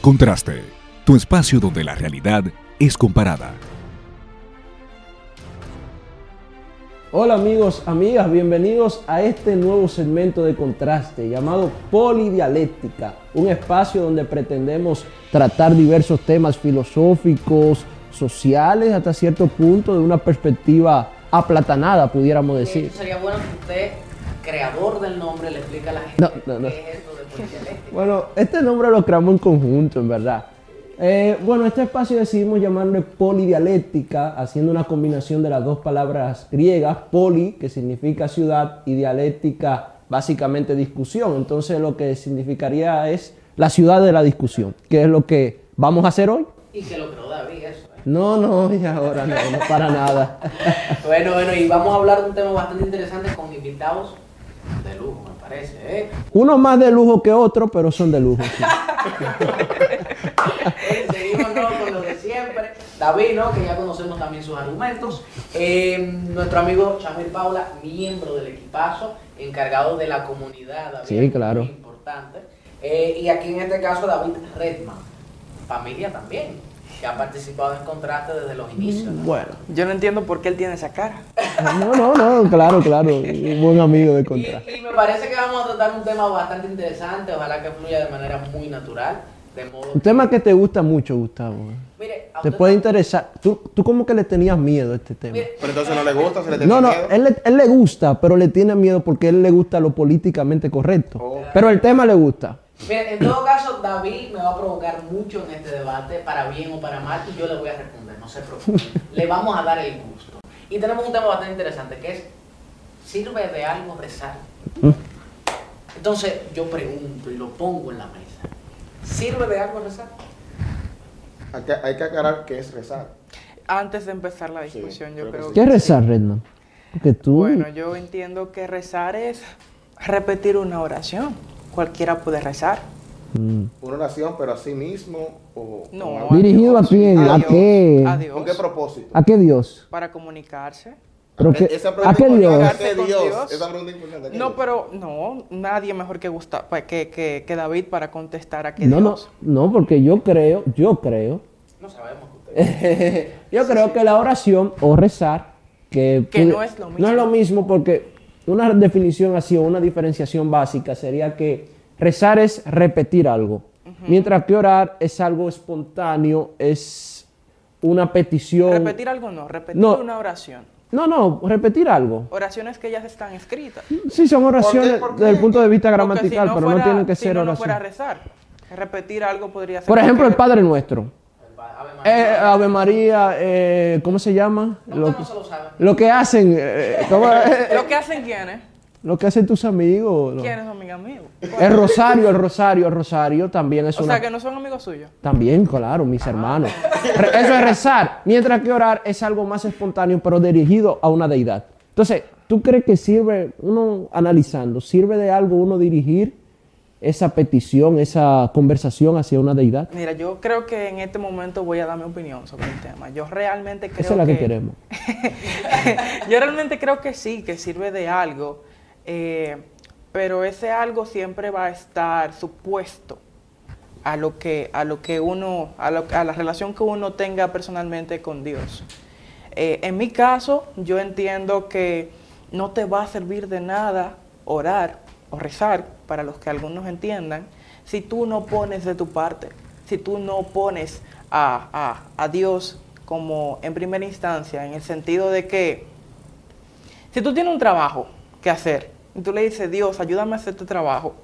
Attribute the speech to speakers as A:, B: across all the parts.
A: Contraste, tu espacio donde la realidad es comparada.
B: Hola amigos, amigas, bienvenidos a este nuevo segmento de contraste llamado Polidialéctica, un espacio donde pretendemos tratar diversos temas filosóficos, sociales, hasta cierto punto, de una perspectiva aplatanada, pudiéramos decir.
C: Sería bueno que usted, creador del nombre, le explique a la gente
B: No, no, no.
C: qué es esto de polidialéctica.
B: Bueno, este nombre lo creamos en conjunto, en verdad. Eh, bueno, este espacio decidimos llamarle polidialéctica, haciendo una combinación de las dos palabras griegas, poli, que significa ciudad, y dialéctica, básicamente discusión. Entonces lo que significaría es la ciudad de la discusión, que es lo que vamos a hacer hoy.
C: Y que lo creó David, eso. ¿eh?
B: No, no, y ahora no, no para nada.
C: Bueno, bueno, y vamos a hablar de un tema bastante interesante con invitados de lujo, me parece, ¿eh?
B: Uno más de lujo que otro, pero son de lujo. sí.
C: Eh, Seguimos ¿no? con lo de siempre. David, ¿no? Que ya conocemos también sus argumentos. Eh, nuestro amigo Chamil Paula, miembro del equipazo, encargado de la comunidad, David.
B: Sí, claro.
C: muy importante. Eh, y aquí en este caso, David Redman, familia también, que ha participado en contraste desde los inicios. ¿no?
B: Bueno,
D: Yo no entiendo por qué él tiene esa cara.
B: no, no, no, claro, claro, un buen amigo de
C: Y,
B: contra.
C: y me parece que vamos a tratar un tema bastante interesante, ojalá que fluya de manera muy natural, de modo...
B: Un tema que te gusta mucho, Gustavo.
C: Mire, a
B: Te
C: usted-
B: puede interesar. Tú, tú como que le tenías miedo a este tema.
C: mire,
E: Pero entonces no le gusta, se le tiene
B: no, eh. no,
E: miedo.
B: él, le- él le gusta, pero le tiene miedo porque a él le gusta lo políticamente correcto.
E: Oh.
B: Pero el tema le gusta.
C: Mira, en todo caso, David me va a provocar mucho en este debate, para bien o para mal, y yo le voy a responder, no se preocupe. le vamos a dar el gusto. Y tenemos un tema bastante interesante que es, ¿sirve de algo rezar? Entonces yo pregunto y lo pongo en la mesa. ¿Sirve de algo rezar?
E: Hay que, hay que aclarar que es rezar.
D: Antes de empezar la discusión, yo
E: creo que
D: creo
E: sí.
B: ¿Qué
D: que
B: es rezar,
D: sí.
B: Redman? Porque tú.
D: Bueno, yo entiendo que rezar es repetir una oración. Cualquiera puede rezar.
B: Mm.
E: Una oración, pero a sí mismo o...
D: No.
E: o
D: a
B: ¿Dirigido a
D: Dios,
B: quién? ¿A
D: Dios,
B: qué?
D: A
E: Ah, ¿Con qué
D: Dios.
E: propósito?
B: ¿A qué Dios?
D: Para comunicarse.
B: ¿Pero qué-
E: Esa
B: ¿A
E: pregunta
B: qué Dios?
E: importante,
D: Comunicarse
E: ¿a qué
D: con
E: Dios?
D: Dios.
E: Esa pregunta importante. ¿a qué
D: No,
E: Dios?
D: pero no, nadie mejor que, Gusta- pa- que, que, que David para contestar a que
B: No, no,
D: Dios.
B: no, porque yo creo, yo creo,
C: No sabemos que usted...
B: yo creo que la oración o rezar, que,
D: Que
B: pude-
D: no es lo
B: No es
D: mismo.
B: lo mismo porque una definición así o una diferenciación básica sería que rezar es repetir algo, mientras que orar es algo espontáneo, es una petición.
D: Repetir algo no, repetir
B: No.
D: una oración.
B: No, no, repetir algo.
D: Oraciones que ya están escritas.
B: Sí, son oraciones
E: por qué?
B: desde el punto de vista
D: Porque
B: gramatical,
D: si
B: pero no
D: fuera-
B: tienen que
D: si
B: ser
D: no, no
B: oración.
D: fuera rezar. Repetir algo podría ser.
B: Por ejemplo, el
D: cualquier-
B: Padre Nuestro.
C: Ave María.
B: Eh, Ave María, eh, ¿cómo se llama?
C: No,
B: Lo-
C: usted no se lo sabe.
B: Lo que hacen, eh, ¿cómo es?
D: Lo que hacen quiénes.
B: lo que hacen tus amigos. lo-
D: ¿Quiénes son mis amigos?
B: El rosario, el rosario, el rosario también es
D: O
B: una...
D: sea, que no son amigos suyos.
B: También, claro, mis hermanos. Re- Eso es rezar, mientras que orar es algo más espontáneo, pero dirigido a una deidad. Entonces, ¿tú crees que sirve, uno analizando, sirve de algo uno dirigir esa petición, esa conversación hacia una deidad?
D: Mira, yo creo que en este momento voy a dar mi opinión sobre el tema. Yo realmente creo
B: Esa es la que,
D: que
B: queremos.
D: Yo realmente creo que sí, que sirve de algo, eh, pero ese algo siempre va a estar supuesto a lo que, a lo que uno, a, lo- a la relación que uno tenga personalmente con Dios. Eh, en mi caso, yo entiendo que no te va a servir de nada orar o rezar, para los que algunos entiendan, si tú no pones de tu parte, si tú no pones a, a- a Dios como en primera instancia, en el sentido de que si tú tienes un trabajo que hacer y tú le dices, Dios, ayúdame a hacer este trabajo,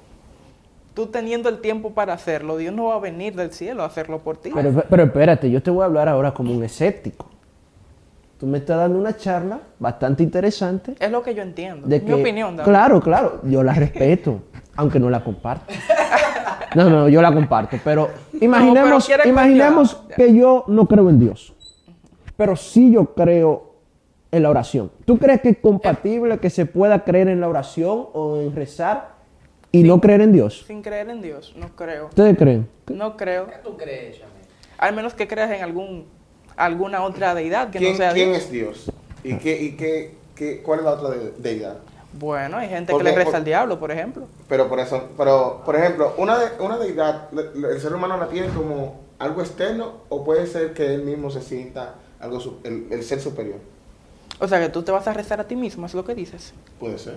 D: tú teniendo el tiempo para hacerlo, Dios no va a venir del cielo a hacerlo por ti.
B: Pero, pero espérate, yo te voy a hablar ahora como un escéptico. Tú me estás dando una charla bastante interesante
D: es lo que yo entiendo.
B: de
D: mi
B: que-
D: opinión, David.
B: Claro, claro, yo la respeto, aunque no la comparto. No, no, yo la comparto, pero imaginemos,
D: quiere
B: imaginemos
D: cambiar.
B: que yo no creo en Dios, pero sí yo creo en la oración. ¿Tú crees que es compatible que se pueda creer en la oración o en rezar y no creer en Dios?
D: Sin creer en Dios, no creo.
B: ¿Ustedes creen?
D: No creo.
C: ¿Qué tú crees, Chamil?
D: Al menos que creas en algún alguna otra deidad que
E: ¿Quién,
D: no sea
E: quién
D: Dios.
E: es Dios? ¿Y, qué, y qué, qué, cuál es la otra de- deidad?
D: Bueno, hay gente que
E: Porque-
D: le reza
E: por-
D: al diablo, por ejemplo.
E: Pero por eso, pero por ejemplo, una, de, una deidad, le- le- el ser humano la tiene como algo externo o puede ser que él mismo se sienta algo su- el, el ser superior.
D: O sea, que tú te vas a rezar a ti mismo, es lo que dices.
E: Puede ser.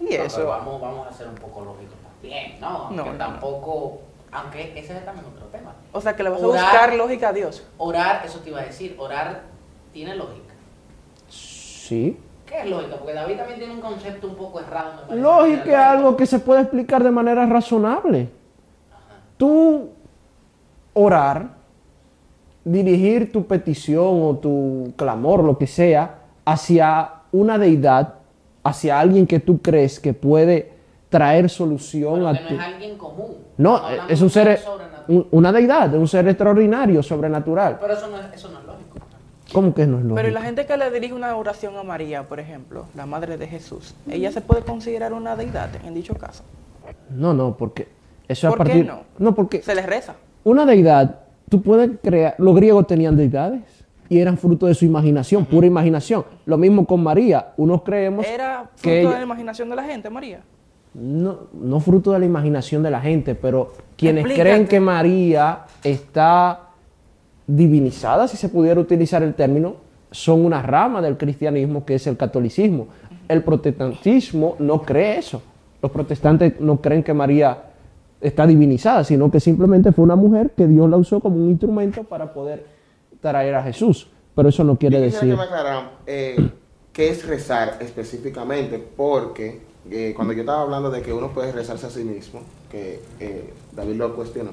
D: Y
E: Ah,
C: No, pero
D: eso.
C: vamos, vamos a ser un poco lógicos también, ¿no? Aunque
D: No, no, no.
C: tampoco, aunque ese es también otro tema.
D: O sea, que le vas a
C: Orar.
D: buscar lógica a Dios.
C: Orar, eso te iba a decir, orar tiene lógica.
B: Sí.
C: ¿Qué es lógica? Porque David también tiene un concepto un poco errado. me parece,
B: Lógica
C: de
B: es
C: la
B: algo que se puede explicar de manera razonable. Tú orar, dirigir tu petición o tu clamor, lo que sea, hacia una deidad, hacia alguien que tú crees que puede traer solución
C: Pero
B: a
C: que no
B: tu...
C: es alguien común.
B: No,
C: Estamos
B: eh,
C: hablando
B: es
C: de
B: un ser,
C: sobrenatural.
B: un- una deidad, es un ser extraordinario, sobrenatural.
C: Pero eso no, es, eso no es lógico.
B: ¿Cómo que no es
D: Pero ¿y
B: lógico?
D: la gente que le dirige una oración a María, por ejemplo, la madre de Jesús, ella se puede considerar una deidad en dicho caso.
B: No, no, porque eso es a
D: ¿Por qué
B: partir...
D: no?
B: no, porque
D: Se les reza.
B: Una deidad, tú puedes crear, los griegos tenían deidades y eran fruto de su imaginación, pura imaginación. Lo mismo con María, unos creemos
D: Era fruto
B: que
D: de la
B: ella-
D: imaginación de la gente, María.
B: no, no fruto de la imaginación de la gente, pero quienes
D: Explícate.
B: creen que María está divinizada, si se pudiera utilizar el término, son una rama del cristianismo que es el catolicismo. El protestantismo no cree eso. Los protestantes no creen que María está divinizada, sino que simplemente fue una mujer que Dios la usó como un instrumento para poder traer a Jesús. Pero eso no quiere
E: Yo quisiera
B: decir...
E: que me aclararan eh, qué es rezar específicamente, porque eh, cuando yo estaba hablando de que uno puede rezarse a sí mismo, que eh, David lo cuestionó.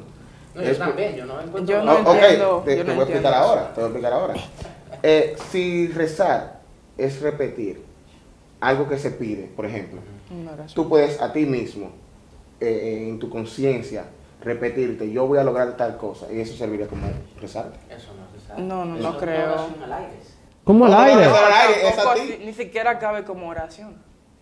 C: No, yo
E: es-
C: también, yo no encuentro...
D: Yo
E: O-
D: no-
E: ok,
D: entiendo,
E: te,
D: yo
E: te
D: no
E: voy a explicar
D: entiendo.
E: ahora, te voy a explicar ahora. Eh, si rezar es repetir algo que se pide, por ejemplo,
D: Una oración.
E: tú puedes a ti mismo, eh, en tu conciencia, repetirte, yo voy a lograr tal cosa, y eso serviría como rezarte.
C: Eso no se sabe.
D: No, no,
C: Eso
D: no
C: es una
D: creo.
C: oración al aire.
B: ¿Cómo al
E: No, no, no,
B: aire?
E: no, no. Ay, es
D: Tampoco
E: a ti.
D: así, ni siquiera cabe como oración.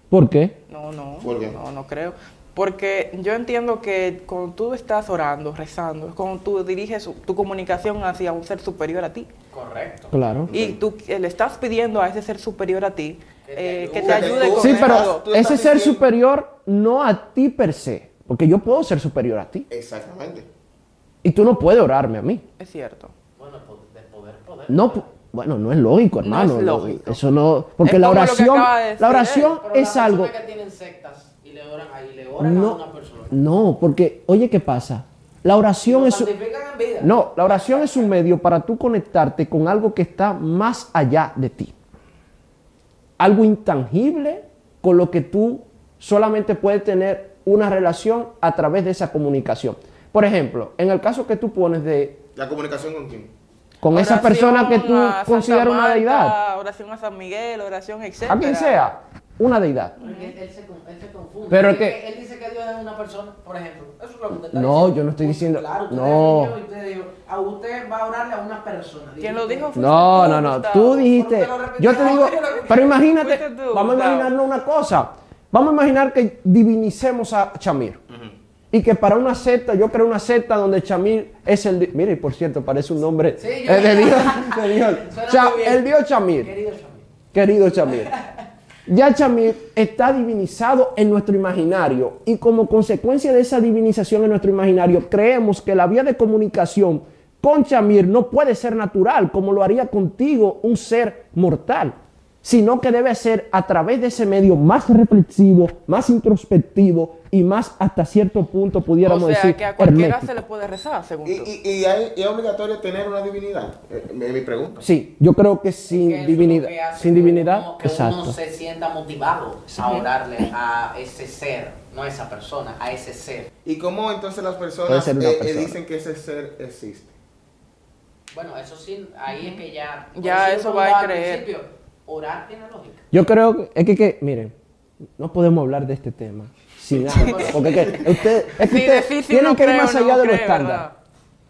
B: ¿Por qué?
D: No, no.
E: ¿Por qué?
D: No, no creo. Porque yo entiendo que cuando tú estás orando, rezando, es cuando tú diriges tu comunicación hacia un ser superior a ti.
C: Correcto.
B: Claro.
D: Y tú eh, le estás pidiendo a ese ser superior a ti
C: Que te
D: eh, que te
E: ayude.
D: ayude
E: Que te
D: con
B: Sí,
E: Correcto.
B: pero
E: Tú
B: ese
E: estás
B: ser
E: diciendo-
B: superior no a ti per se, porque yo puedo ser superior a ti
E: Exactamente.
B: y tú no puedes orarme a mí.
D: Es cierto.
C: Bueno, po- de poder, poder.
B: No, pu- bueno, no es lógico,
D: No
B: hermano.
D: es
B: no,
D: lógico.
B: eso no, porque
D: Es
B: la
D: como lo que
B: oración,
D: acaba de decir
B: la
D: él,
B: oración
C: Pero
B: es
C: las
B: algo.
C: personas que tienen sectas y le oran, ahí le oran a
B: No,
C: una persona.
B: no, porque oye, ¿qué pasa? La oración
C: Lo
B: es un-
C: santifican en vida.
B: no, la oración es un medio para tú conectarte con algo que está más allá de ti, algo intangible con lo que tú solamente puedes tener una relación a través de esa comunicación. Por ejemplo, en el caso que tú pones de
E: ¿La comunicación con quién?
B: con esa
D: Oración
B: persona que tú
D: a Santa
B: consideras una
D: Marta,
B: deidad,
D: Oración a San Miguel, oración, etc.
B: a quien sea, una deidad.
C: Porque él, él se, con- él se confunde.
B: Pero
C: él,
B: que-
C: él dice que Dios es una persona, por ejemplo. Eso es lo que usted está
B: No,
C: diciendo.
B: yo no estoy
C: Uy,
B: diciendo-
C: Claro, usted
B: no.
C: es niño y usted dijo, a usted va a orarle a una persona.
D: ¿Quién lo dijo? Fuiste
B: No,
D: tú,
B: no, no.
D: Gustavo.
B: Tú dijiste.
C: Porque lo repetí.
B: Yo te digo. Pero imagínate.
D: Fuiste tú,
B: Vamos a
D: Gustavo.
B: imaginarnos una cosa. Vamos a imaginar que divinicemos a Chamir. Y que para una secta, yo creo una secta donde Chamir es el. di- Mira, y por cierto, parece un nombre
C: Sí, yo-
B: eh, de Dios. de Dios.
C: Suena
B: Cha-
C: muy bien.
B: el Dios Chamir,
C: Querido Chamil.
B: querido Chamir. Ya Chamir está divinizado en nuestro imaginario. Y como consecuencia de esa divinización en nuestro imaginario, creemos que la vía de comunicación con Chamir no puede ser natural, como lo haría contigo un ser mortal, sino que debe ser a través de ese medio más reflexivo, más introspectivo y más hasta cierto punto, pudiéramos
D: O sea,
B: decir,
D: que a cualquiera
B: hermético.
D: se le puede rezar, según
E: ¿Y,
D: tú.
E: y, y hay- ¿y es obligatorio tener una divinidad? Eh, mi mi pregunta.
B: Sí, yo creo que sin
C: Que eso es lo
B: divinidad,
C: que hace
B: sin
C: que
B: divinidad,
C: uno- que
B: exacto.
C: uno se sienta motivado a orarle a ese ser, no a esa persona, a ese ser.
E: ¿Y cómo entonces las
B: Puede
E: personas
B: ser una
E: eh, eh,
B: persona.
E: dicen que ese ser existe?
C: Bueno, eso sí, ahí es que ya.
D: Ya
C: como si
D: eso
C: uno
D: va a
C: hablaba al
D: creer.
C: principio, Orar tiene lógica.
B: Yo creo que, es que, que, miren, no podemos hablar de este tema sin nada, porque es que, ustedes- es que
D: Sí,
B: ustedes
D: difícil,
B: tienen
D: no
B: que ir
D: creo,
B: más
D: no
B: allá de lo
D: creo,
B: estándar.
D: ¿verdad?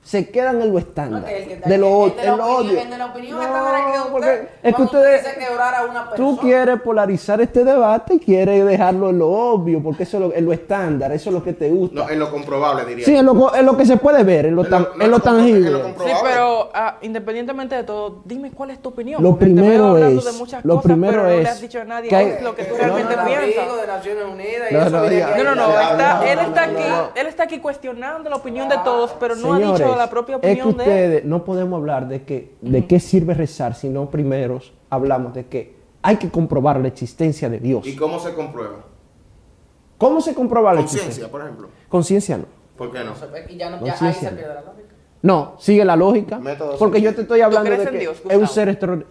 B: se quedan en lo estándar.
C: No, que el que está-
B: de lo,
C: el de la
B: en lo
C: opinión-
B: odio.
C: el de la opinión
B: No,
C: estándar que usted-
B: porque es que
C: vamos a
B: ustedes.
C: hacer quebrar a una
B: Tú
C: persona.
B: quieres polarizar este debate y quieres dejarlo en lo obvio, porque eso es lo, en lo estándar, eso es lo que te gusta.
E: No, en lo comprobable, diría.
B: sí, en lo, co- en lo que se puede ver, en lo,
E: En
B: tan-
E: lo- no,
B: en lo
E: en lo compro-
B: tangible.
E: en lo compro-
D: Sí,
E: Probable.
D: pero ah, independientemente de todo, dime cuál es tu opinión.
B: Lo
D: porque te veo
B: primero
D: hablando
B: es-
D: de muchas
B: lo
D: cosas,
B: primero
D: pero no
B: es
D: le has dicho a nadie
B: que hay-
D: lo que tú
B: No,
D: realmente
C: no, no,
D: piensas.
C: amigo de Naciones Unidas y
B: No,
C: eso
B: no,
C: diría
B: ya,
C: que-
D: No, no, no,
E: Ya,
D: está,
E: no,
D: él está
E: no, no,
D: aquí,
E: no.
D: él está aquí cuestionando la opinión de todos, pero no ha dicho
B: Señores,
D: la propia
B: es que
D: opinión de él.
B: ustedes no podemos hablar de que de qué sirve rezar si no primero hablamos de que hay que comprobar la existencia de Dios.
E: ¿Y cómo se comprueba?
B: ¿Cómo se comprueba la
E: Conciencia,
B: existencia?
E: por ejemplo.
B: Conciencia no.
E: ¿Por qué no?
C: Y ya, no,
B: No,
C: ya
B: sí,
C: ahí
B: sí,
C: se
B: no.
C: pierde la lógica.
B: No, sigue la lógica.
E: Método
B: porque yo
E: científico.
B: te estoy hablando
D: crees
B: de
D: en
B: que
D: Dios,
B: es un
D: Gustavo?
B: ser extraordinario.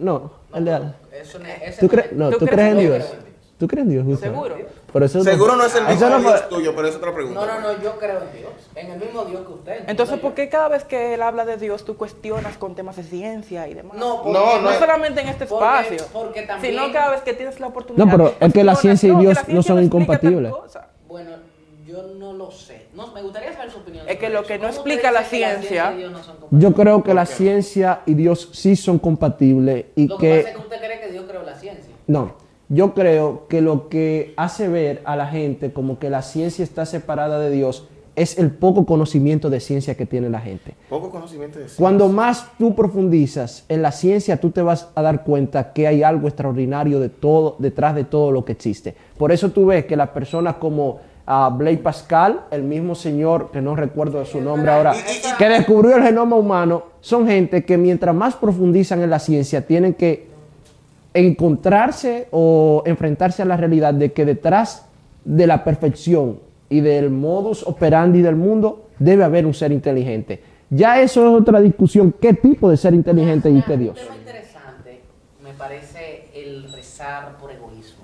B: No, el de Adán.
C: Eso no, ese
B: ¿Tú
C: no es-
B: crees? No,
D: ¿Tú
B: ¿tú
D: crees
B: crees en
D: en
B: Dios?
C: Dios?
B: ¿Tú crees en Dios, Gustavo?
D: Seguro.
B: Por eso
E: Seguro no es el mismo
B: Eso no
E: Dios
B: fue-
E: tuyo, pero es otra pregunta.
C: No, no, no, yo creo en Dios. En el mismo Dios que usted.
D: Entonces,
C: no
D: ¿por
C: yo.
D: qué cada vez que él habla de Dios tú cuestionas con temas de ciencia y demás?
C: No, porque-
E: No,
D: No
E: no.
D: solamente en este
C: Porque-
D: espacio,
C: porque también-
D: sino cada vez que tienes la oportunidad.
B: No, pero
D: de
B: es que la
D: cuestionar,
B: ciencia y
D: no, que
B: Dios
D: la
B: no
D: ciencia
B: son
D: explica tal
B: incompatibles.
D: cosa.
C: Bueno, yo no lo sé. No, me gustaría saber su opinión.
D: Es
C: sobre
D: que lo
C: eso.
D: que no
C: ¿Cómo usted
D: explica la
C: dice que
D: ciencia-
C: y Dios no son compatibles?
B: Yo creo que la
E: Ok.
B: ciencia y Dios sí son compatibles y
C: Lo que,
B: que
C: pasa es que usted cree que Dios creó la ciencia.
B: No, yo creo que lo que hace ver a la gente como que la ciencia está separada de Dios es el poco conocimiento de ciencia que tiene la gente.
E: Poco conocimiento de sí.
B: Cuando más tú profundizas en la ciencia, tú te vas a dar cuenta que hay algo extraordinario de todo, detrás de todo lo que existe. Por eso tú ves que las personas como ah, Blaise Pascal, el mismo señor que no recuerdo su nombre ahora, que descubrió el genoma humano, son gente que mientras más profundizan en la ciencia, tienen que encontrarse o enfrentarse a la realidad de que detrás de la perfección y del modus operandi del mundo debe haber un ser inteligente. Ya eso es otra discusión, qué tipo de ser inteligente
C: Una-
B: dice
C: un
B: Dios.
C: tema interesante me parece el rezar por egoísmo.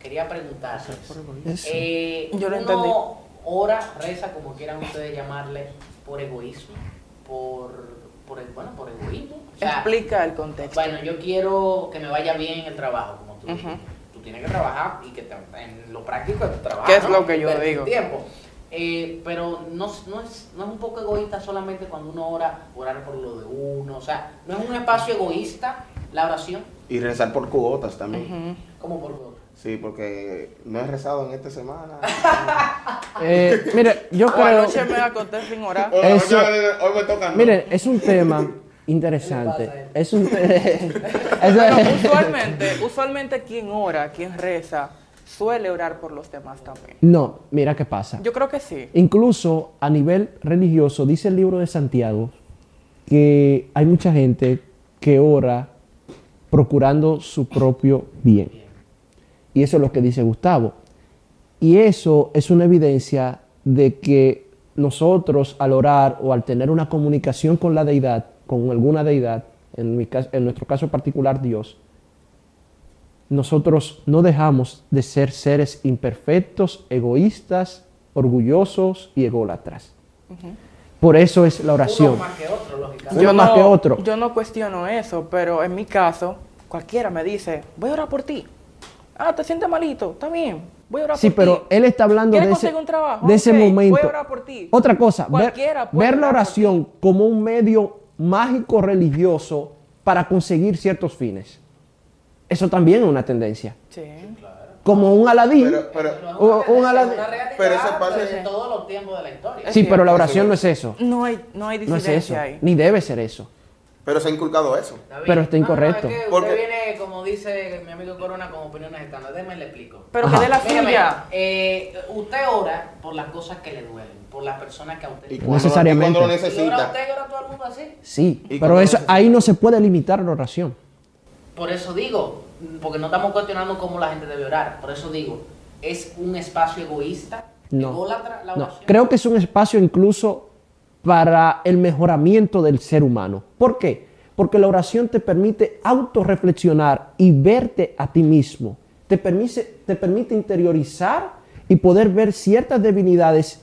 C: Quería preguntarles. eh,
D: Yo
C: uno
D: lo entendí.
C: ora, reza, como quieran ustedes llamarle, por egoísmo. Por, por el, bueno, por egoísmo. O sea,
D: Explica el contexto.
C: Bueno, yo quiero que me vaya bien en el trabajo, como tú dices.
D: Ujú.
C: Tú tienes que trabajar y que te- en lo práctico es tu trabajo.
D: ¿Qué es
C: ¿no?
D: lo que yo
C: Invertir
D: digo?
C: tiempo. Eh, pero no, no, es, no es un poco egoísta solamente cuando uno ora, orar por lo de uno. O sea, no es un espacio egoísta la oración
E: Y rezar por cuotas también.
D: Ujú.
C: como por lo otro.
E: Sí, porque no he rezado en esta semana.
B: Eh, mire, yo
D: O
B: creo,
D: anoche me acosté sin orar.
E: Hoy- hoy-
B: Eso-
E: eh, hoy, me tocan.
B: mire, es un tema interesante. Es un
D: Pero
B: es-
D: usualmente, usualmente quien ora, quien reza, suele orar por los demás también.
B: No, mira qué pasa.
D: Yo creo que sí.
B: Incluso a nivel religioso, dice el libro de Santiago que hay mucha gente que ora procurando su propio bien. Y eso es lo que dice Gustavo. Y eso es una evidencia de que nosotros al orar o al tener una comunicación con la deidad, con alguna deidad, en, mi cas- en nuestro caso particular Dios, nosotros no dejamos de ser seres imperfectos, egoístas, orgullosos y ególatras. Por eso es la oración.
C: Uno más que otro, lógicamente.
B: Uno más que otro.
D: Yo no cuestiono eso, pero en mi caso, cualquiera me dice, voy a orar por ti. Ah, te sientes malito, está bien. Voy a orar
B: Sí,
D: por ti.
B: pero él está hablando de
D: ¿Quieres
B: ese,
D: conseguir un trabajo?
B: de ese
D: Ok,
B: momento.
D: Voy a orar por ti.
B: Otra cosa, ver,
D: Cualquiera puede
B: ver la
D: orar por
B: oración como un medio mágico religioso para conseguir ciertos fines. Eso también es una tendencia.
D: Sí.
B: Como un Aladín.
E: Pero,
C: Pero
E: pero,
C: es
B: Un- un
C: una
B: ala-
C: realidad
E: pero ese espacio-
C: de todos los tiempos de la historia.
D: es
B: sí, pero la
D: cierto,
B: oración no es eso.
D: No hay, no hay
B: No es
D: disidencia
B: eso.
D: ahí.
B: Ni debe ser eso.
E: pero se ha inculcado eso.
C: David,
B: pero está
C: Ah, no, no,
B: incorrecto.
C: es que usted
E: Porque-
C: viene, como dice mi amigo Corona, con opiniones estándares. Déjeme le explico.
D: Pero
B: Ajá.
D: que dé la
C: Mírame,
D: suya.
C: eh, usted ora por las cosas que le duelen, por las personas que a usted
E: Y
C: le
E: cuando,
B: Necesariamente.
E: y cuando lo
C: Y ora
E: necesita.
C: usted y ora todo el mundo así.
B: Sí,
E: ¿Y
B: pero
E: cómo
B: eso,
E: lo haces?
B: ahí no se puede limitar la oración.
C: Por eso digo, porque no estamos cuestionando cómo la gente debe orar. Por eso digo, es un espacio egoísta,
B: No.
C: ególatra la
B: No,
C: oración.
B: creo que es un espacio incluso para el mejoramiento del ser humano. ¿Por qué? Porque la oración te permite autorreflexionar y verte a ti mismo. Te permite, te permite interiorizar y poder ver ciertas debilidades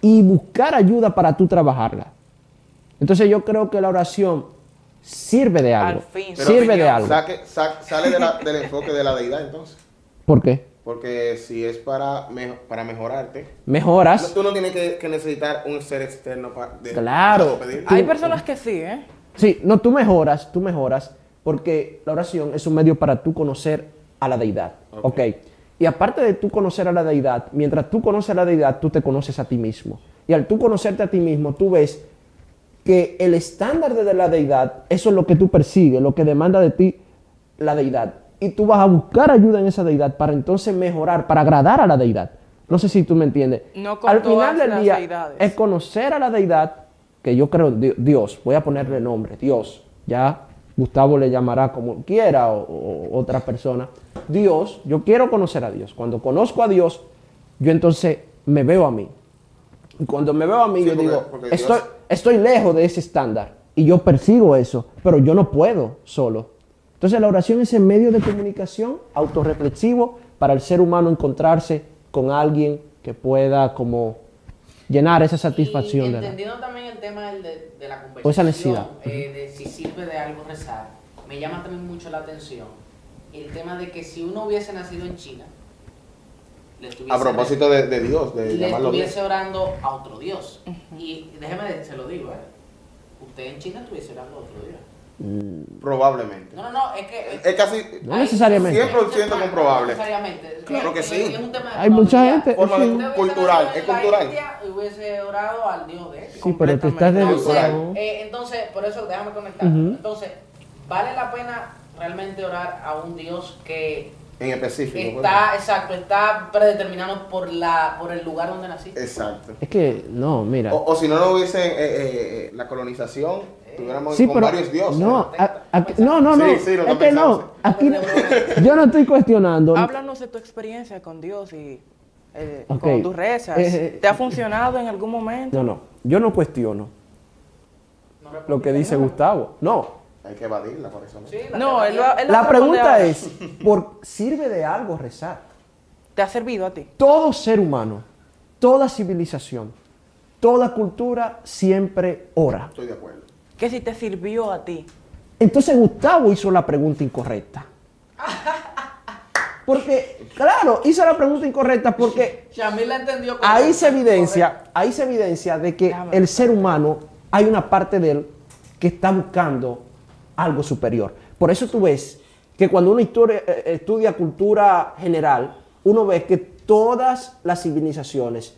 B: y buscar ayuda para tú trabajarla. Entonces yo creo que la oración sirve de algo.
D: Al fin.
E: Pero
B: Sirve de
E: opinión,
B: algo.
E: saque- sa- sale de la- del enfoque de la deidad entonces.
B: ¿Por qué?
E: Porque si es para, mejo- para mejorarte, no-
B: Mejoras.
E: tú no tienes que, que necesitar un ser externo para
B: Claro.
E: pedir.
D: Hay personas que sí, ¿eh?
B: Sí, no, tú mejoras, tú mejoras, porque la oración es un medio para tú conocer a la deidad.
E: Ok.
B: Ok. Y aparte de tú conocer a la deidad, mientras tú conoces a la deidad, tú te conoces a ti mismo. Y al tú conocerte a ti mismo, tú ves que el estándar de la deidad, eso es lo que tú persigues, lo que demanda de ti la deidad. Y tú vas a buscar ayuda en esa deidad para entonces mejorar, para agradar a la deidad. No sé si tú me entiendes.
D: No con todas las deidades.
B: es conocer a la deidad, que yo creo, Di- Dios, voy a ponerle nombre, Dios, ya Gustavo le llamará como quiera o, o- otra persona, Dios, yo quiero conocer a Dios. Cuando conozco a Dios, yo entonces me veo a mí. Y cuando me veo a mí,
E: Sí,
B: yo
E: porque-
B: digo,
E: porque Dios-
B: estoy, estoy lejos de ese estándar y yo persigo eso, pero yo no puedo solo. Entonces la oración es el medio de comunicación autorreflexivo para el ser humano encontrarse con alguien que pueda como llenar esa satisfacción
C: Y
B: de la-
C: entendiendo también el tema del de, de la conversación.
B: O esa necesidad.
C: eh, de si sirve de algo rezar. Me llama también mucho la atención el tema de que si uno hubiese nacido en China, le estuviese,
E: A propósito de, de Dios, de
C: le
E: llamarlo Dios.
C: estuviese orando a otro Dios. Y déjeme, de- se lo digo, ¿eh? Usted en China estuviese orando a otro Dios.
E: Probablemente.
C: No, no, no, es que...
E: Es casi
B: No necesariamente.
E: 100% comprobable.
C: No necesariamente.
E: Claro
C: Es-
E: que
C: es-
E: sí.
C: es un tema de
B: Hay mucha
C: probabilidad.
B: gente-
E: Forma
B: Sí.
E: de-
C: Usted hubiese
E: cultural,
C: nacido
E: es
C: en la
E: cultural.
C: India y hubiese orado al Dios de él.
B: Sí, pero te estás
D: Completamente.
B: de...
C: Entonces,
E: Claro.
C: eh, entonces, por eso déjame comentar.
B: Ujú.
C: Entonces, ¿vale la pena realmente orar a un Dios que
E: en específico. pues.
C: está, exacto, está predeterminado por la, por el lugar donde
E: Eh,
C: naciste?
E: Exacto.
B: Es que, no, mira.
E: O, o si no, no hubiese eh, eh, la colonización, tuviéramos
B: Sí,
E: con
B: pero-
E: varios dioses.
B: No, a- aquí- no, no,
E: Sí,
B: no.
E: sí, lo
B: es que no.
E: pensaste.
B: Aquí no- yo no estoy cuestionando.
D: Háblanos de tu experiencia con Dios y eh,
B: Ok.
D: con tus rezas.
B: Eh, eh,
D: ¿Te ha funcionado en algún momento?
B: No, no. Yo no cuestiono
C: No respondiste
B: lo que dice
C: nada.
B: Gustavo. No.
E: Hay que evadirla por eso. ¿no?
C: Sí, la
D: No, él,
C: teoría.
D: va- él va a
B: La pregunta
D: responder
B: es, ¿por sirve de algo rezar?
D: ahora. ¿Te ha servido a ti?
B: Todo ser humano, toda civilización, toda cultura siempre ora.
E: Estoy de acuerdo.
D: ¿Qué si te sirvió a ti?
B: Entonces Gustavo hizo la pregunta incorrecta. Porque, claro, hizo la pregunta incorrecta porque
C: Shamil la entendió como-
B: ahí se evidencia, ahí se evidencia de que
D: Déjame
B: el ser humano hay una parte de él que está buscando algo superior. Por eso tú ves que cuando uno historia- eh, eh, estudia cultura general, uno ve que todas las civilizaciones,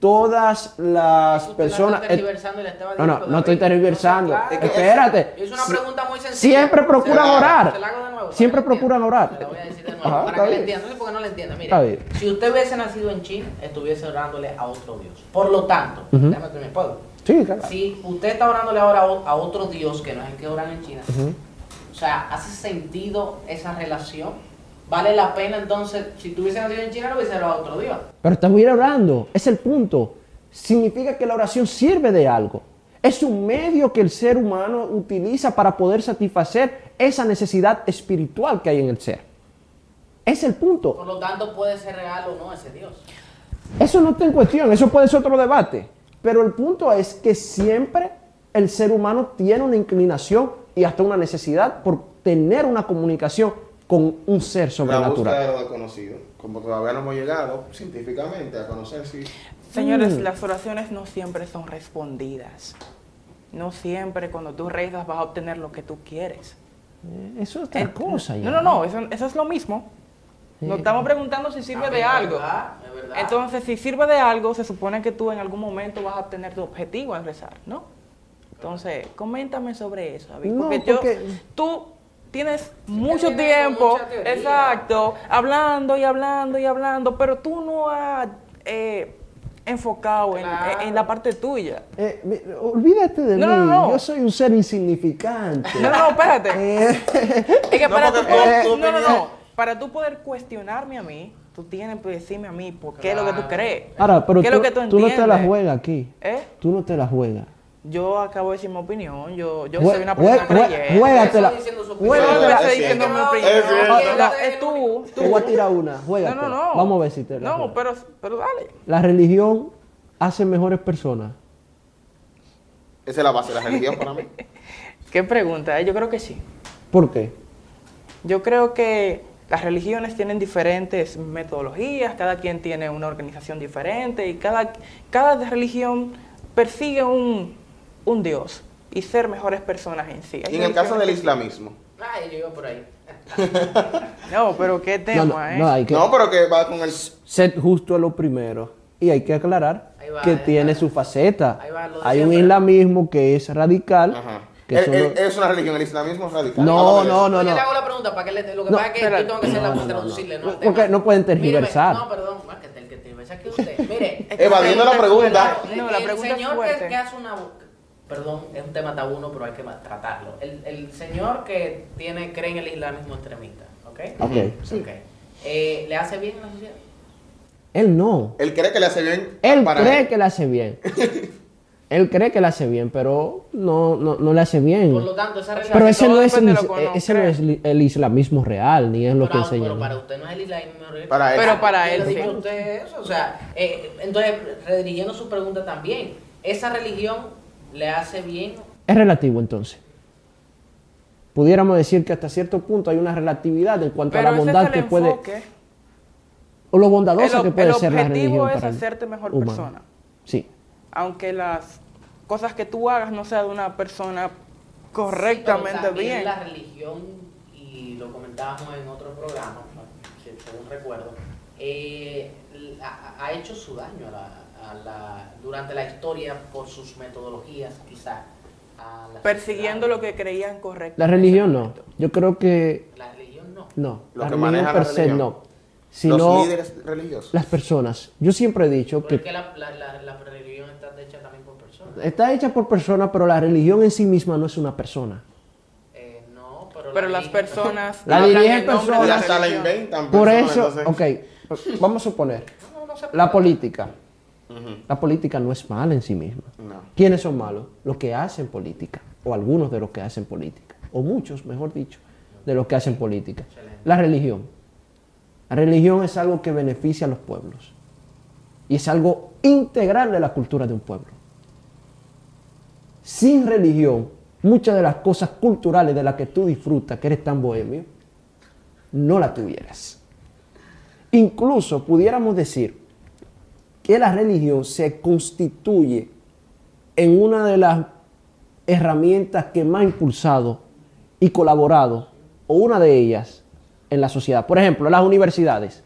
B: todas las
C: Usted la está
B: personas, eh,
C: tergiversando y la estaba
B: no, no,
C: diciendo
B: no estoy
C: de ahí.
B: tergiversando.
C: Entonces, claro,
B: Espérate.
C: Es una
B: Si-
C: pregunta muy sencilla.
B: siempre procuran
C: Se la-
B: orar.
C: se la hago de nuevo, para
B: Siempre
C: que la
B: procuran
C: entienda.
B: orar.
C: Se la voy a decir de nuevo,
B: Ajá,
C: para
B: está
C: que la
B: bien.
C: entienda. No sé por qué no la entienda. Mire,
B: Está bien.
C: si usted hubiese nacido en China, estuviese orándole a otro Dios. Por lo tanto,
B: Ujú.
C: déjame terminar, ¿puedo?
B: Sí, claro.
C: Si usted está orándole ahora a o- a otro Dios que no es el que oran en China, o sea, ¿hace sentido esa relación? ¿Vale la pena entonces, si tuviese nacido en China, lo hubiese orado a otro Dios?
B: Pero estuviera orando, es el punto. Significa que la oración sirve de algo. Es un medio que el ser humano utiliza para poder satisfacer esa necesidad espiritual que hay en el ser. Es el punto.
C: Por lo tanto, puede ser real o no ese Dios.
B: Eso no está en cuestión, eso puede ser otro debate. Pero el punto es que siempre el ser humano tiene una inclinación y hasta una necesidad por tener una comunicación con un ser
E: La
B: sobrenatural.
E: búsqueda de lo desconocido. Como todavía no hemos llegado científicamente a conocer si
D: Señores,
B: Mm.
D: las oraciones no siempre son respondidas. No siempre cuando tú rezas vas a obtener lo que tú quieres.
B: Eh, Eso es otra
D: Ent-
B: cosa. ya.
D: No, no, no, eso, eso es lo mismo. Nos estamos preguntando si sirve de
C: Ah,
D: algo.
C: ¿verdad? Es verdad.
D: Entonces, si sirve de algo, se supone que tú en algún momento vas a obtener tu objetivo al rezar, ¿no? Entonces, coméntame sobre eso, David.
B: No,
D: Porque, yo,
B: porque-
D: tú tienes mucho
C: tiene
D: tiempo,
C: mucha teoría.
D: exacto, hablando y hablando y hablando, pero tú no has eh, enfocado en-
C: Claro.
D: en, en la parte tuya.
B: Eh, mi- olvídate de
D: No,
B: mí,
D: no, no.
B: yo soy un ser insignificante.
D: No, no, no, espérate.
B: Eh,
D: Es que
E: No,
D: para
E: porque
D: tú
E: tu-
D: poder-
E: tu
D: no, no,
E: opinión-
D: no. Para tú poder cuestionarme a mí, tú tienes que decirme a mí por qué es lo que tú
C: Claro.
D: crees.
B: Ahora, pero
D: ¿Qué
B: tú,
D: es lo que tú
B: tú no te la
D: entiendes?
B: juegas aquí.
D: ¿Eh?
B: Tú no te la juegas.
D: Yo acabo de decir mi opinión. Yo, yo
B: Jue-
D: soy una
B: jue-
D: persona
B: jue-
D: creyente.
B: juégatela.
C: Eso diciendo su opinión.
D: Yo
E: Juégatela,
D: empecé
E: es
D: diciendo mi
E: cierto.
D: opinión.
E: Es cierto.
D: La- es tú, tú.
B: Te voy a tirar una, juégatela.
D: No, no, no.
B: Vamos a ver si te la
D: No,
B: juegas.
D: pero, pero dale.
B: La religión hace mejores personas.
E: esa es la base de la religión para mí.
D: ¿Qué pregunta? eh? Yo creo que sí.
B: ¿Por qué?
D: Yo creo que Las religiones tienen diferentes metodologías, cada quien tiene una organización diferente y cada, cada religión persigue un, un Dios y ser mejores personas en sí. Hay
E: Y en el caso
D: religiones
E: del
D: que-
E: islamismo.
C: Ay, yo iba por ahí.
D: No, pero qué tema,
B: No, no,
D: ¿eh?
B: no, hay que
E: No, pero que va con el...
B: ser justo a lo primero. Y hay que aclarar
C: Ahí va,
B: que
C: ahí
B: tiene
C: va.
B: su faceta.
C: Ahí va lo de
B: hay un
C: siempre.
B: islamismo que es radical.
E: Ajá.
B: que
E: El-
B: solo-
E: el- es una religión, el islamismo es radical.
B: No,
E: Háblame de
B: no,
E: eso.
B: no,
C: Yo
B: no.
C: le hago la pregunta para que le, lo que
B: No,
C: pasa es que
D: espérate.
C: yo tengo que hacer
B: No,
C: la
B: no, no,
C: traducirle, ¿no?
B: no.
C: al tema.
B: Porque no pueden
C: Míreme,
B: tergiversar.
C: no, perdón, más que el que tergiversa que usted. Mire,
E: Evadiendo la pregunta.
D: No, la pregunta es
C: El señor que,
D: fuerte.
C: que hace una bu- perdón, es un tema tabú, no, pero hay que ma- tratarlo. El, el señor que tiene, cree en el islamismo extremista, ¿ok?
B: Ok.
C: Ok. Eh, ¿Le hace bien a la sociedad?
B: Él no.
E: Él cree que le hace bien
B: Él
E: para
B: cree que le hace bien. él cree que le hace bien, pero no, no, no le hace bien.
C: Por lo tanto, esa relación.
B: Pero ese
D: todo
B: no es, el,
D: depende de lo que uno
B: ese no es li- el islamismo real, ni es lo que
C: Pero,
B: enseña.
C: pero
B: ¿no?
C: para usted no es el islamismo real.
E: Para él.
D: Pero para
C: Yo
D: él,
C: le digo
D: sí.
C: a usted eso, o sea, eh, entonces, redirigiendo su pregunta también, ¿esa religión le hace bien?
B: Es relativo entonces. Pudiéramos decir que hasta cierto punto hay una relatividad en cuanto a
D: Pero
B: la
D: ese es
B: bondad
D: el
B: que puede
D: enfoque.
B: o lo
D: El
B: bondadosa
D: ob-
B: que puede
D: el
B: ser la
D: objetivo
B: religión
D: es
B: para el
D: hacerte mejor
B: humano.
D: persona.
B: Sí.
D: aunque las cosas que tú hagas no sean de una persona correctamente
C: Pero también
D: bien.
C: La religión, y lo comentábamos en otro programa, si- según recuerdo, eh, ha, ha hecho su daño a la, a la- durante la historia por sus metodologías, quizá. a la
D: Persiguiendo
C: sociedad.
D: lo que creían correcto.
B: La religión no. Yo creo que
C: La religión no.
B: no.
E: Lo
B: la
E: que
B: religión
E: maneja la
B: per se
E: religión.
B: no.
E: los
B: Sino
E: líderes religiosos.
B: las personas. Yo siempre he dicho que
C: Porque la, la, la, la religión está hecha también por personas.
B: está hecha por personas, pero la religión en sí misma no es una persona.
C: Eh, no, pero,
D: Pero
C: la
D: las
C: religión-
D: personas...
B: La
D: hablan
B: dirigen
D: en nombre
B: personas.
D: de
E: Y
D: la
E: hasta la
D: religión.
E: inventan.
B: Por
E: personas,
B: eso,
E: entonces-
B: ok, vamos a suponer,
C: No, no se puede.
B: la política.
E: Ujú,
B: La política no es mala en sí misma.
E: No.
B: ¿Quiénes son malos? Los que hacen política, o algunos de los que hacen política, o muchos, mejor dicho, de los que hacen política. La religión. La religión es algo que beneficia a los pueblos y es algo integral de la cultura de un pueblo. Sin religión, muchas de las cosas culturales de las que tú disfrutas, que eres tan bohemio, no la tuvieras. Incluso pudiéramos decir que la religión se constituye en una de las herramientas que más ha impulsado y colaborado, o una de ellas, en la sociedad. Por ejemplo, las universidades.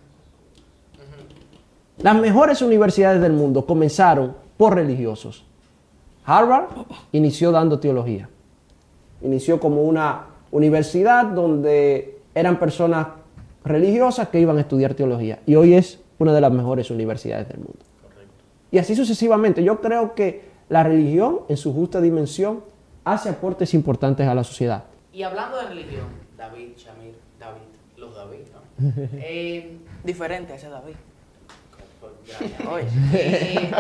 B: Las mejores universidades del mundo comenzaron por religiosos. Harvard inició dando teología. Inició como una universidad donde eran personas religiosas que iban a estudiar teología. Y hoy es una de las mejores universidades del mundo. Y así sucesivamente. Yo creo que la religión, en su justa dimensión, hace aportes importantes a la sociedad.
C: Y hablando de religión, David, Shamir, David, los David, ¿no? Eh,
D: Diferente a ese David.
C: gracias.
D: Oye.
C: Eh,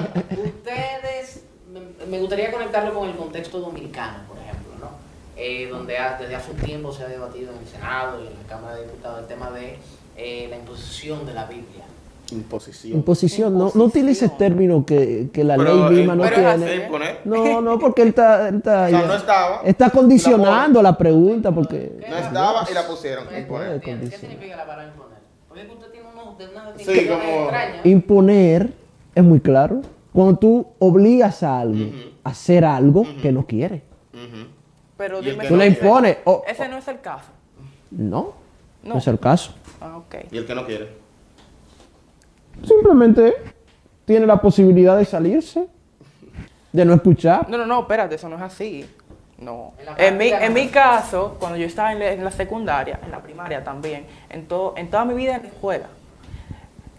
C: ustedes, me, me gustaría conectarlo con el contexto dominicano, por ejemplo, ¿no? Eh, donde ha- desde hace un tiempo se ha debatido en el Senado y en la Cámara de Diputados el tema de eh, la imposición de la Biblia.
E: Imposición.
B: Imposición, no, no
D: Imposición.
B: utilices términos que, que la
E: Pero
B: ley misma
E: él-
B: no
E: pero
D: él hace
B: tiene.
E: imponer.
B: No, no, porque él está, él está,
E: O sea, no estaba.
B: está condicionando la pregunta porque
E: No estaba y la pusieron. Imponer.
C: ¿Qué
B: condición.
C: significa la palabra imponer? Porque es que usted tiene unos- de unas
E: Sí,
C: definiciones
E: como-
C: extrañas.
B: imponer es muy claro. Cuando tú obligas a alguien
E: Ujú.
B: a hacer algo que no quiere,
E: Ujú.
D: Pero
E: Y el
D: dime...
E: que
B: tú
E: no
B: le
E: quiere.
B: impones. o- o-
D: Ese no es el caso.
B: no, no
D: No.
B: es el caso.
D: Ah, ok.
E: Y el que no quiere.
B: Simplemente tiene la posibilidad de salirse, de no escuchar.
D: No, no, no, espérate, eso no es así. No.
C: En la
D: En mi,
C: práctica
D: en
C: no.
D: mi caso, cuando yo estaba en la, en la secundaria, en la primaria también, en, todo, en toda mi vida en la escuela,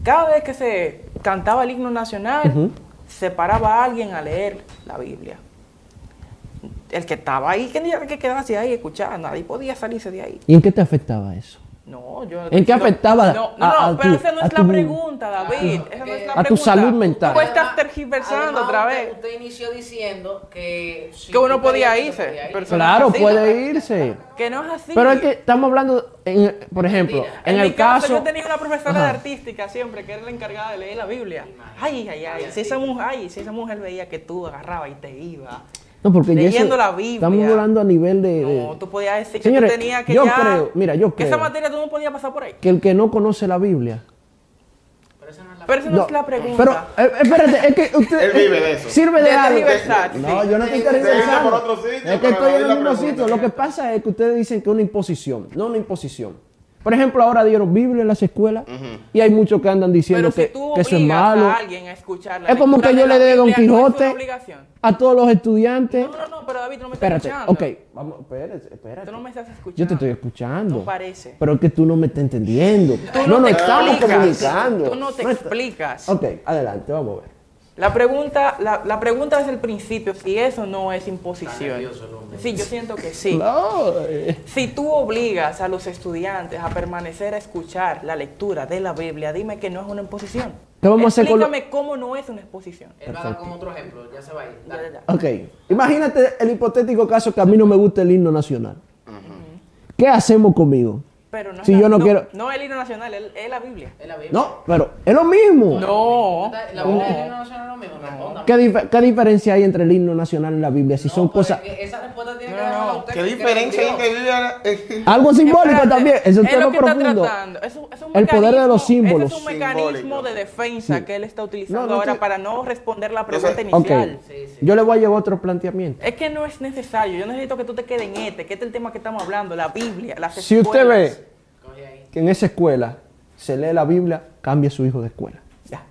D: cada vez que se cantaba el himno nacional,
B: Ujú.
D: se paraba alguien a leer la Biblia. El que estaba ahí, que tenía que quedarse ahí escuchando, nadie podía salirse de ahí.
B: ¿Y en qué te afectaba eso?
D: No, yo.
B: ¿En qué
D: no-
B: afectaba
D: No, no,
B: a- a
D: no, pero
B: tu-
D: esa no
B: a
D: es
B: tu-
D: la pregunta, David. Esa no es la
B: a tu
D: pregunta.
B: salud mental.
D: Tú estás
C: Ah, Además-
D: tergiversando
C: además,
D: otra
C: usted-
D: vez.
C: Usted inició diciendo que... si
D: Que uno
C: tú querías,
D: podía
C: tú
D: irse,
C: podías ir.
D: pero-
B: Claro,
D: Sí,
B: puede irse.
D: Que no es así.
B: Pero es que estamos hablando, en- por ejemplo, en,
D: En, mi
B: el
D: caso,
B: caso,
D: yo tenía una profesora
B: Ajá.
D: de artística siempre que era la encargada de leer la Biblia. Ay, ay, ay. Si esa mujer, ay, si esa mujer veía que tú agarrabas y te iba
B: No, porque ya eso-
D: Leyendo la Biblia.
B: Estamos volando a nivel de. de-
D: No, tú podías decir
B: Señores,
D: que tú tenías que
B: yo
D: ya-
B: creo, mira, yo
D: que
B: creo.
D: Esa materia tú no podías pasar por ahí.
B: Que el que no conoce la Biblia.
C: Pero esa no es la
D: Pero esa no,
B: No,
D: es la pregunta.
B: Pero, eh, espérate, es que usted.
E: Él vive de eso.
B: Sirve de,
D: De
B: algo.
D: tergiversar, sí.
B: No, yo no estoy
C: Sí, se
E: dice por
B: tergiversando.
E: otro sitio,
B: Es que
E: pero
B: estoy
E: ahí
B: en
E: la
B: el mismo
E: pregunta,
B: sitio. Lo que pasa es que ustedes dicen que es una imposición. No una imposición. Por ejemplo, ahora dieron Biblia en las escuelas y hay muchos que andan diciendo
D: Pero si
B: que,
D: tú
B: que
D: obligas
B: eso es malo.
D: a alguien a escuchar la
B: Es como
D: lectura
B: que yo
D: de la
B: le dé Don
D: Biblia, no es una
B: Quijote.
D: obligación.
B: A todos los estudiantes.
D: No, no, no, pero David, tú no me
B: espérate,
D: estás
B: ok.
D: escuchando.
B: Vamos, espérate, espérate.
D: Tú no me estás escuchando.
B: Yo te estoy escuchando.
D: No parece.
B: Pero es que tú no me estás entendiendo.
D: Tú
B: no, nos
D: te
B: estamos
D: explicas.
B: comunicando.
D: Tú no te
B: está-
D: explicas.
B: Ok, adelante, vamos a ver.
D: La pregunta, la, la pregunta desde el principio, si eso no es imposición.
C: nervioso el hombre.
D: Sí, yo siento que sí.
B: No, eh,
D: Si tú obligas a los estudiantes a permanecer a escuchar la lectura de la Biblia, dime que no es una imposición.
B: ¿Qué vamos a hacer con lo-
D: Explícame cómo no es una exposición.
C: Él va a dar con otro ejemplo, ya se va a ir.
D: Ya,
C: Dale.
D: ya, ya.
B: Ok, imagínate el hipotético caso que a mí no me gusta el himno nacional. ¿Qué hacemos conmigo?
D: Pero no es
B: Si
D: la-
B: yo no quiero-
D: No es el himno nacional, es, es la Biblia.
C: Es la Biblia.
B: No, pero es lo mismo.
D: No.
C: La la Biblia del himno nacional es lo mismo, respóndame.
B: ¿Qué, dif- qué diferencia hay entre el himno nacional y la Biblia? Si
C: No,
B: son
C: pero
B: cosas...
C: es que Esa respuesta tiene que
D: No, no,
C: darla
D: no.
C: usted.
E: ¿Qué
C: que
E: diferencia hay
C: entendió.
E: entre Biblia y la-
B: Algo simbólico
D: Espérate,
B: también, es un
D: es lo
B: tema
D: que está
B: profundo.
D: tratando, es un- es un
B: El poder de los
D: mecanismo-
B: símbolos.
D: ese Es un mecanismo
E: Simbólico.
D: de defensa que él está utilizando
B: No, no
D: ahora
B: estoy-
D: para no responder la
E: sé.
D: pregunta
B: Ok,
D: inicial.
C: Sí, sí.
B: yo le voy a llevar otro planteamiento.
D: Es que no es necesario. Yo necesito que tú te quedes en este, que este es el tema que estamos hablando, la Biblia, las
B: Si usted
D: escuelas.
B: ve
C: Coge ahí.
B: que en esa escuela se lee la Biblia, cambie su hijo de escuela. Ya.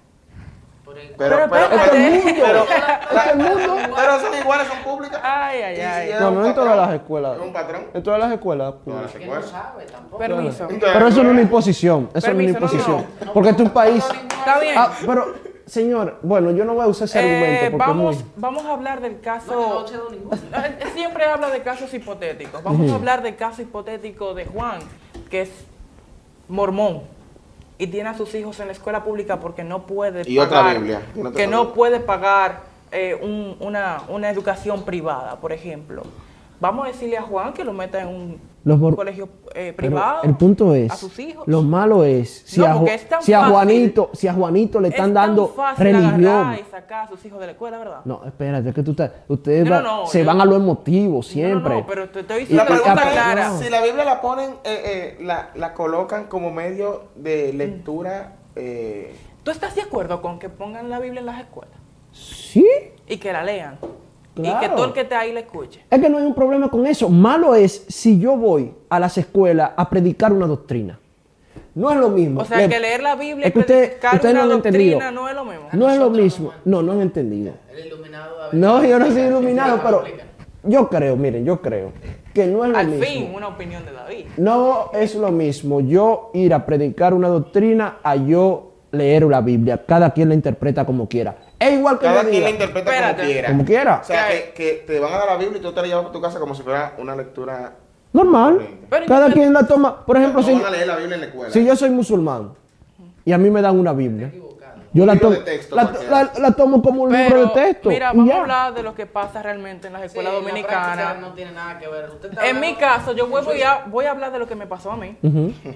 C: Por el-
E: Pero,
D: Pero
E: pero, pero,
D: espérate.
E: pero,
B: Es el Este mundo.
E: pero son iguales, son públicas.
D: Ay, ay, ay.
E: Y es
B: No,
E: un
B: no en todas
E: patrón,
B: las escuelas.
E: Es un patrón.
B: En todas las escuelas.
E: Todas
B: públicas.
E: las
C: Que no
E: escuelas.
C: sabe tampoco.
D: Permiso.
B: Pero eso no es una imposición. Eso no es una
D: Permiso, no,
B: imposición. Porque es un país.
D: Está bien.
B: Ah, pero, señor, bueno, yo no voy a usar ese
D: Eh,
B: argumento porque es
D: vamos,
B: muy.
D: vamos a hablar del
C: No, yo no
D: caso.
C: sé de ninguno.
D: Eh, Siempre habla de casos hipotéticos. Vamos a hablar del caso hipotético de Juan, que es mormón y tiene a sus hijos en la escuela pública porque no puede
E: Y otra Biblia, y otra
D: que no
E: Biblia.
D: puede pagar eh, un- una, una educación privada, por ejemplo. Vamos a decirle a Juan que lo meta en un
B: Los mor-
D: colegio
B: Pero
D: eh, privado.
B: el punto es,
D: a sus hijos.
B: lo malo es si,
D: No,
B: a, Ju-
D: porque es tan
B: si a
D: fácil.
B: Juanito, si a Juanito le
D: Es
B: están
D: tan
B: dando
D: fácil
B: religión.
D: agarrar y sacar a sus hijos de la escuela, ¿verdad?
B: No, espérate, es que tú estás, ustedes
D: No, no,
B: va-
D: no,
B: se
D: yo-
B: van a lo emotivo siempre.
D: No, no, pero te estoy
E: La
D: diciendo
B: y-
E: pregunta
D: pregunta
B: ah,
D: clara.
B: no.
E: es, si la Biblia la ponen, eh, eh, la, la colocan como medio de lectura, eh,
D: ¿Tú estás de acuerdo con que pongan la Biblia en las escuelas?
B: Sí,
D: Y que la lean. Y que
B: Claro.
D: todo el que esté ahí la escuche.
B: es que no hay un problema con eso. Malo es si yo voy a las escuelas a predicar una doctrina. No es lo mismo.
D: O sea,
B: Le-
D: que leer la Biblia
B: es que
D: y
B: usted-
D: predicar
B: ustedes no
D: una
B: han
D: doctrina
B: entendido.
D: no es lo mismo.
B: No es lo
C: Nosotros,
B: mismo. No, no han entendido.
C: El iluminado David.
B: No, yo no soy
C: Sí,
B: iluminado,
C: sí,
B: pero
C: explica.
B: yo creo, miren, yo creo que no es lo
D: Al
B: mismo.
D: fin, una opinión de David.
B: No es lo mismo yo ir a predicar una doctrina a yo leer la Biblia. Cada quien la interpreta como quiera. Es igual que
E: cada
B: yo
E: quien la
B: diga,
E: interpreta
D: Espérate.
E: como quiera.
B: como quiera.
E: O sea, que, que te van a dar la Biblia y tú te la llevas a tu casa como si fuera una lectura.
B: Normal.
D: Pero
B: Cada
D: entonces-
B: quien la toma. Por ejemplo,
E: no
B: si,
E: van a leer la Biblia en la escuela.
B: si yo soy musulmán y a mí me dan una Biblia, yo
E: Un
B: la
E: libro
B: tomo,
E: de texto,
B: la,
E: cualquiera.
B: la- la tomo como un libro de
D: Pero,
B: texto.
D: mira,
B: y
D: vamos
B: ya.
D: a hablar de lo que pasa realmente en las
C: Sí, en
D: escuelas
C: la práctica
D: dominicanas.
C: No tiene nada que ver. Usted está
D: En mi
C: hablando-
D: caso, yo vuelvo y a- voy a hablar de lo que me pasó a mí.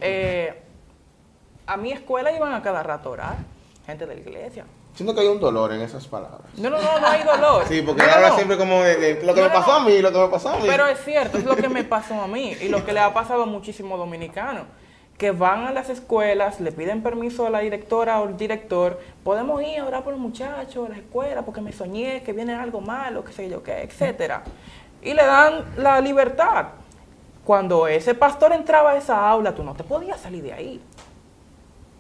D: Eh, a mi escuela iban a cada rato a orar, gente de la iglesia.
E: Siento que hay un dolor en esas palabras.
D: No, no, no, no hay dolor.
E: Sí, porque
D: No,
E: él
D: no,
E: habla
D: no.
E: siempre como de, de lo que
D: No,
E: me
D: no,
E: pasó a mí, lo que me pasó a mí.
D: Pero es cierto, es lo que me pasó a mí y lo que le ha pasado a muchísimos dominicanos, que van a las escuelas, le piden permiso a la directora o al director, podemos ir a orar por los muchachos, a la escuela, porque me soñé que viene algo malo, qué sé yo qué, etcétera. Y le dan la libertad. Cuando ese pastor entraba a esa aula, tú no te podías salir de ahí.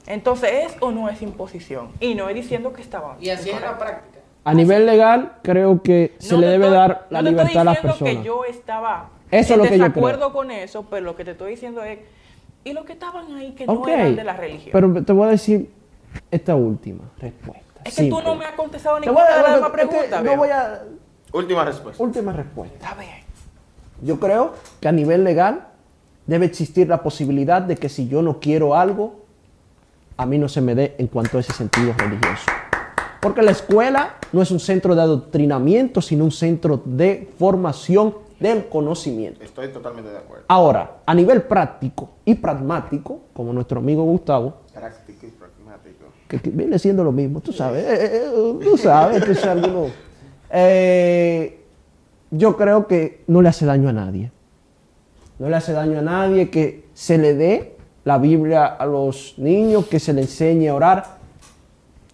D: Entonces, ¿es o no es imposición? Y no es diciendo que estaba
C: Y así es
D: incorrecto.
C: la práctica.
B: A nivel legal, creo que se
D: No
B: le
D: te
B: debe
D: estoy-
B: dar la
D: no te estoy
B: libertad a las
D: diciendo
B: personas.
D: que yo estaba
B: Eso es
D: en
B: lo que yo
D: desacuerdo con eso, pero lo que te estoy diciendo es y los que estaban ahí que
B: Ok,
D: no eran de la religión.
B: Pero te voy a decir esta última respuesta.
D: es que tú no
B: simple.
D: me has contestado
B: Te voy
D: ninguna
B: a
D: de las
B: dar este,
D: demás preguntas.
B: No
D: viejo.
B: voy a.
E: Última respuesta.
B: Última respuesta.
D: Está bien.
B: Yo creo que a nivel legal debe existir la posibilidad de que si yo no quiero algo, a mí no se me dé en cuanto a ese sentido religioso. Porque la escuela no es un centro de adoctrinamiento, sino un centro de formación del conocimiento.
E: Estoy totalmente de acuerdo.
B: Ahora, a nivel práctico y pragmático, como nuestro amigo Gustavo,
E: Práctico y pragmático.
B: que, que viene siendo lo mismo, tú sabes, eh, eh, eh, tú sabes, tú sabes, alguno. Eh, yo creo que no le hace daño a nadie. No le hace daño a nadie que se le dé la Biblia a los niños, que se le enseñe a orar.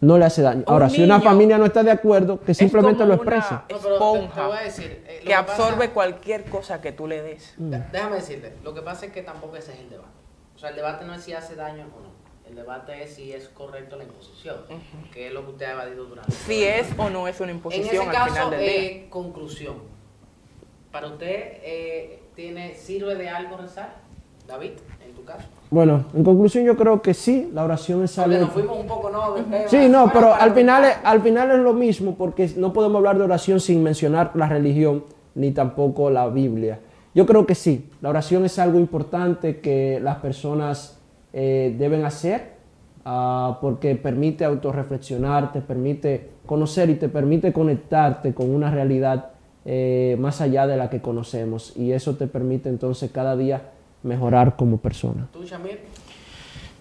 B: No le hace daño.
D: Un
B: Ahora, si una
D: niño
B: familia no está de acuerdo, que simplemente
D: como
B: lo
D: una-
B: exprese.
C: No, pero te- te,
D: Esponja.
C: voy a decir. eh, lo
D: que
C: pasa-
D: absorbe cualquier cosa que tú le des.
B: Mm.
C: Da- Déjame decirte, lo que pasa es que tampoco ese es el debate. O sea, el debate no es si hace daño o no. El debate es si es correcto la imposición, que es lo que usted ha evadido durante.
D: Si es o no es una
C: En
D: imposición
C: ese
D: al final
C: caso,
D: del día.
C: eh, conclusión. Para usted, eh, tiene ¿sirve de algo rezar? David, en tu caso.
B: Bueno, en conclusión yo creo que sí, la oración es
C: Porque
B: salud.
C: nos fuimos un poco, ¿no? del tema.
B: Sí, no,
C: Bueno,
B: pero
C: para
B: al final, es,
C: terminar,
B: al final es lo mismo, porque no podemos hablar de oración sin mencionar la religión ni tampoco la Biblia. Yo creo que sí, la oración es algo importante que las personas eh, deben hacer, ah, porque permite autorreflexionar, te permite conocer y te permite conectarte con una realidad eh, más allá de la que conocemos. Y eso te permite entonces cada día mejorar como persona.
C: Tú, Shamir,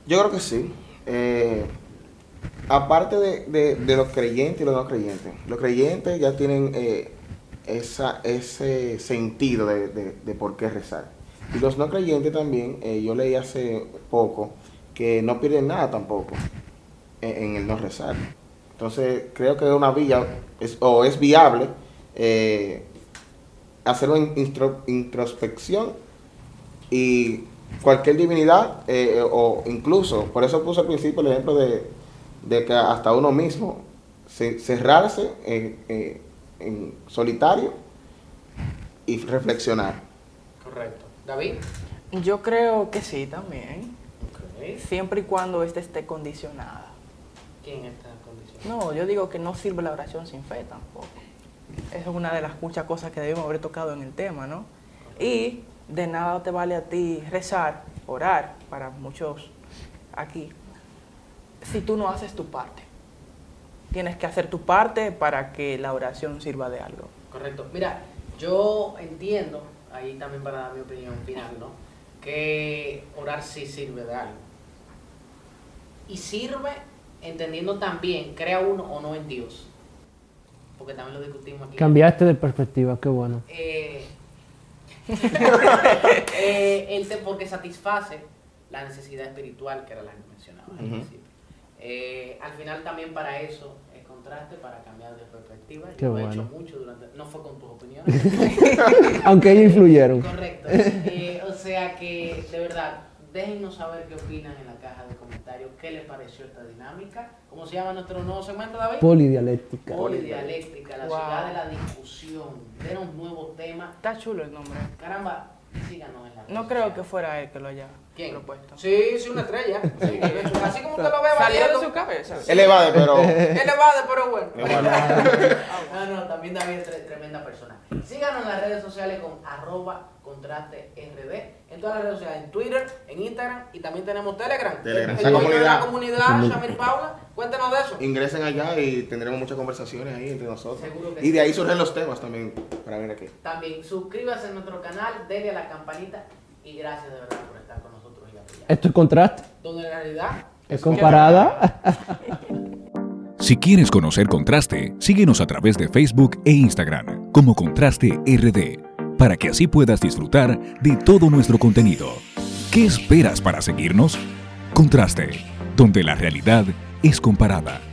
E: Yo creo que sí. Eh, aparte de, de- de los creyentes y los no creyentes. Los creyentes ya tienen eh, esa, ese sentido de, de- de por qué rezar. Y los no creyentes también, eh, yo leí hace poco que no pierden nada tampoco en, en el no rezar. Entonces creo que es una vía, es- o es viable, eh, hacer una intro- introspección y cualquier divinidad, eh, o incluso, por eso puse al principio el ejemplo de, de que hasta uno mismo, ce- cerrarse eh, eh, en solitario y reflexionar.
C: correcto. David,
D: Yo creo que sí también,
C: ok.
D: siempre y cuando éste esté condicionada.
C: ¿Quién está en condición?
D: No, yo digo que no sirve la oración sin fe tampoco. Esa es una de las muchas cosas que debemos haber tocado en el tema, ¿no? Y de nada te vale a ti rezar, orar, para muchos aquí, si tú no haces tu parte. Tienes que hacer tu parte para que la oración sirva de algo.
C: Correcto. Mira, yo entiendo, ahí también para dar mi opinión final, ¿no? Que orar sí sirve de algo. Y sirve entendiendo también, crea uno o no en Dios. Porque también lo discutimos aquí.
B: Cambiaste de perspectiva, qué bueno.
C: Eh, eh, el te- porque satisface la necesidad espiritual que era la que mencionaba al
E: Ujú.
C: principio. Eh, al final también para eso es contraste, para cambiar de perspectiva.
B: Qué
C: Yo lo he
B: bueno.
C: hecho mucho durante... No fue con tus opiniones.
B: Aunque ellos influyeron.
C: Correcto. Eh, o sea que, de verdad, déjennos saber qué opinan en la caja de comentarios, qué les pareció esta dinámica. ¿Cómo se llama nuestro nuevo segmento, David?
B: Polidialéctica.
C: Polidialéctica, la
D: Wow.
C: ciudad de la discusión. Denos un nuevo tema.
D: Está chulo el nombre.
C: Caramba, síganos en la
D: No creo que fuera él que lo haya
C: ¿Quién?
D: propuesto.
C: Sí, sí, una estrella. Sí, Así como usted lo ve
D: Salió de
C: variando.
D: su cabeza.
E: Elevado, pero...
C: Elevado, pero bueno. Ah, No, no, también David es tre- tremenda persona. Síganos en las redes sociales con arroba contraste rd. En todas las redes sociales, en Twitter, en Instagram y también tenemos Telegram.
E: Telegram,
C: El
E: esa
C: dueño de la
E: comunidad.
C: comunidad, Shamir Paula, cuéntanos de eso.
E: Ingresen allá y tendremos muchas conversaciones ahí entre nosotros.
C: Seguro que
E: Y
C: sí.
E: de ahí surgen los temas también para ver aquí.
C: También suscríbase a nuestro canal, dele a la campanita y gracias de verdad por estar con nosotros y apoyarnos.
B: Esto es contraste.
C: Donde la realidad
B: Es comparada.
A: Si quieres conocer Contraste, síguenos a través de Facebook e Instagram como Contraste RD, para que así puedas disfrutar de todo nuestro contenido. ¿Qué esperas para seguirnos? Contraste, donde la realidad es comparada.